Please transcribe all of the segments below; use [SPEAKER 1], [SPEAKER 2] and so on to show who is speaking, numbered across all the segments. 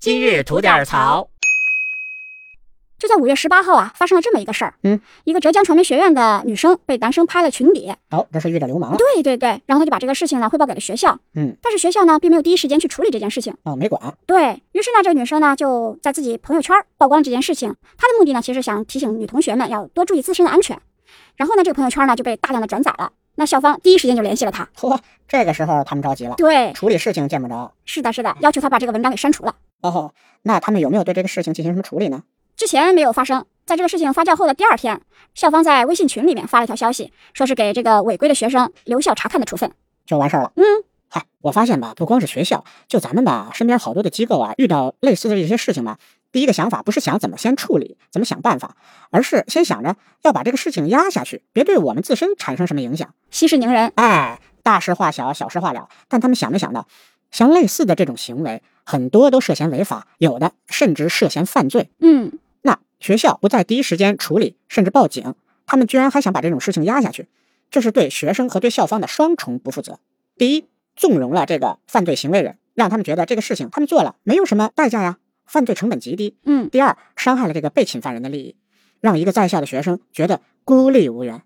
[SPEAKER 1] 今日吐点槽。
[SPEAKER 2] 就在五月十八号啊，发生了这么一个事儿。
[SPEAKER 3] 嗯，
[SPEAKER 2] 一个浙江传媒学院的女生被男生拍了群底。
[SPEAKER 3] 好、这是遇着流氓了
[SPEAKER 2] 对对对，然后她就把这个事情呢汇报给了学校。
[SPEAKER 3] 哦嗯，
[SPEAKER 2] 但是学校呢并没有第一时间去处理这件事情。
[SPEAKER 3] 啊、没管。
[SPEAKER 2] 对于是呢，这个女生呢就在自己朋友圈曝光了这件事情。她的目的呢其实想提醒女同学们要多注意自身的安全。然后呢，这个朋友圈呢就被大量的转载了。那校方第一时间就联系了她。
[SPEAKER 3] 嚯，这个时候他们着急了，
[SPEAKER 2] 对，
[SPEAKER 3] 处理事情见不着。
[SPEAKER 2] 是的，是的，要求她把这个文章给删除了。
[SPEAKER 3] 哦，那他们有没有对这个事情进行什么处理呢？
[SPEAKER 2] 之前没有发生。在这个事情发酵后的第二天，校方在微信群里面发了一条消息，说是给这个违规的学生留校查看的处分。
[SPEAKER 3] 就完事儿了。
[SPEAKER 2] 嗯，
[SPEAKER 3] 嗨，我发现吧，不光是学校，就咱们吧，身边好多的机构啊，遇到类似的一些事情吧，第一个想法不是想怎么先处理，怎么想办法，而是先想着要把这个事情压下去，别对我们自身产生什么影响。
[SPEAKER 2] 息事宁人，
[SPEAKER 3] 哎，大事化小，小事化了。但他们想没想到，像类似的这种行为，很多都涉嫌违法，有的甚至涉嫌犯罪。
[SPEAKER 2] 嗯，
[SPEAKER 3] 那学校不在第一时间处理，甚至报警，他们居然还想把这种事情压下去，这是对学生和对校方的双重不负责。第一，纵容了这个犯罪行为人，让他们觉得这个事情他们做了没有什么代价呀，犯罪成本极低。
[SPEAKER 2] 嗯，
[SPEAKER 3] 第二，伤害了这个被侵犯人的利益，让一个在校的学生觉得孤立无援，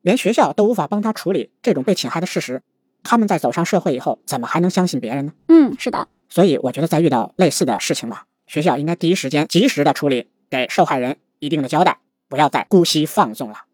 [SPEAKER 3] 连学校都无法帮他处理这种被侵害的事实，他们在走上社会以后，怎么还能相信别人呢？
[SPEAKER 2] 嗯，是的，
[SPEAKER 3] 所以我觉得在遇到类似的事情吧，学校应该第一时间及时的处理，给受害人一定的交代，不要再姑息放纵了。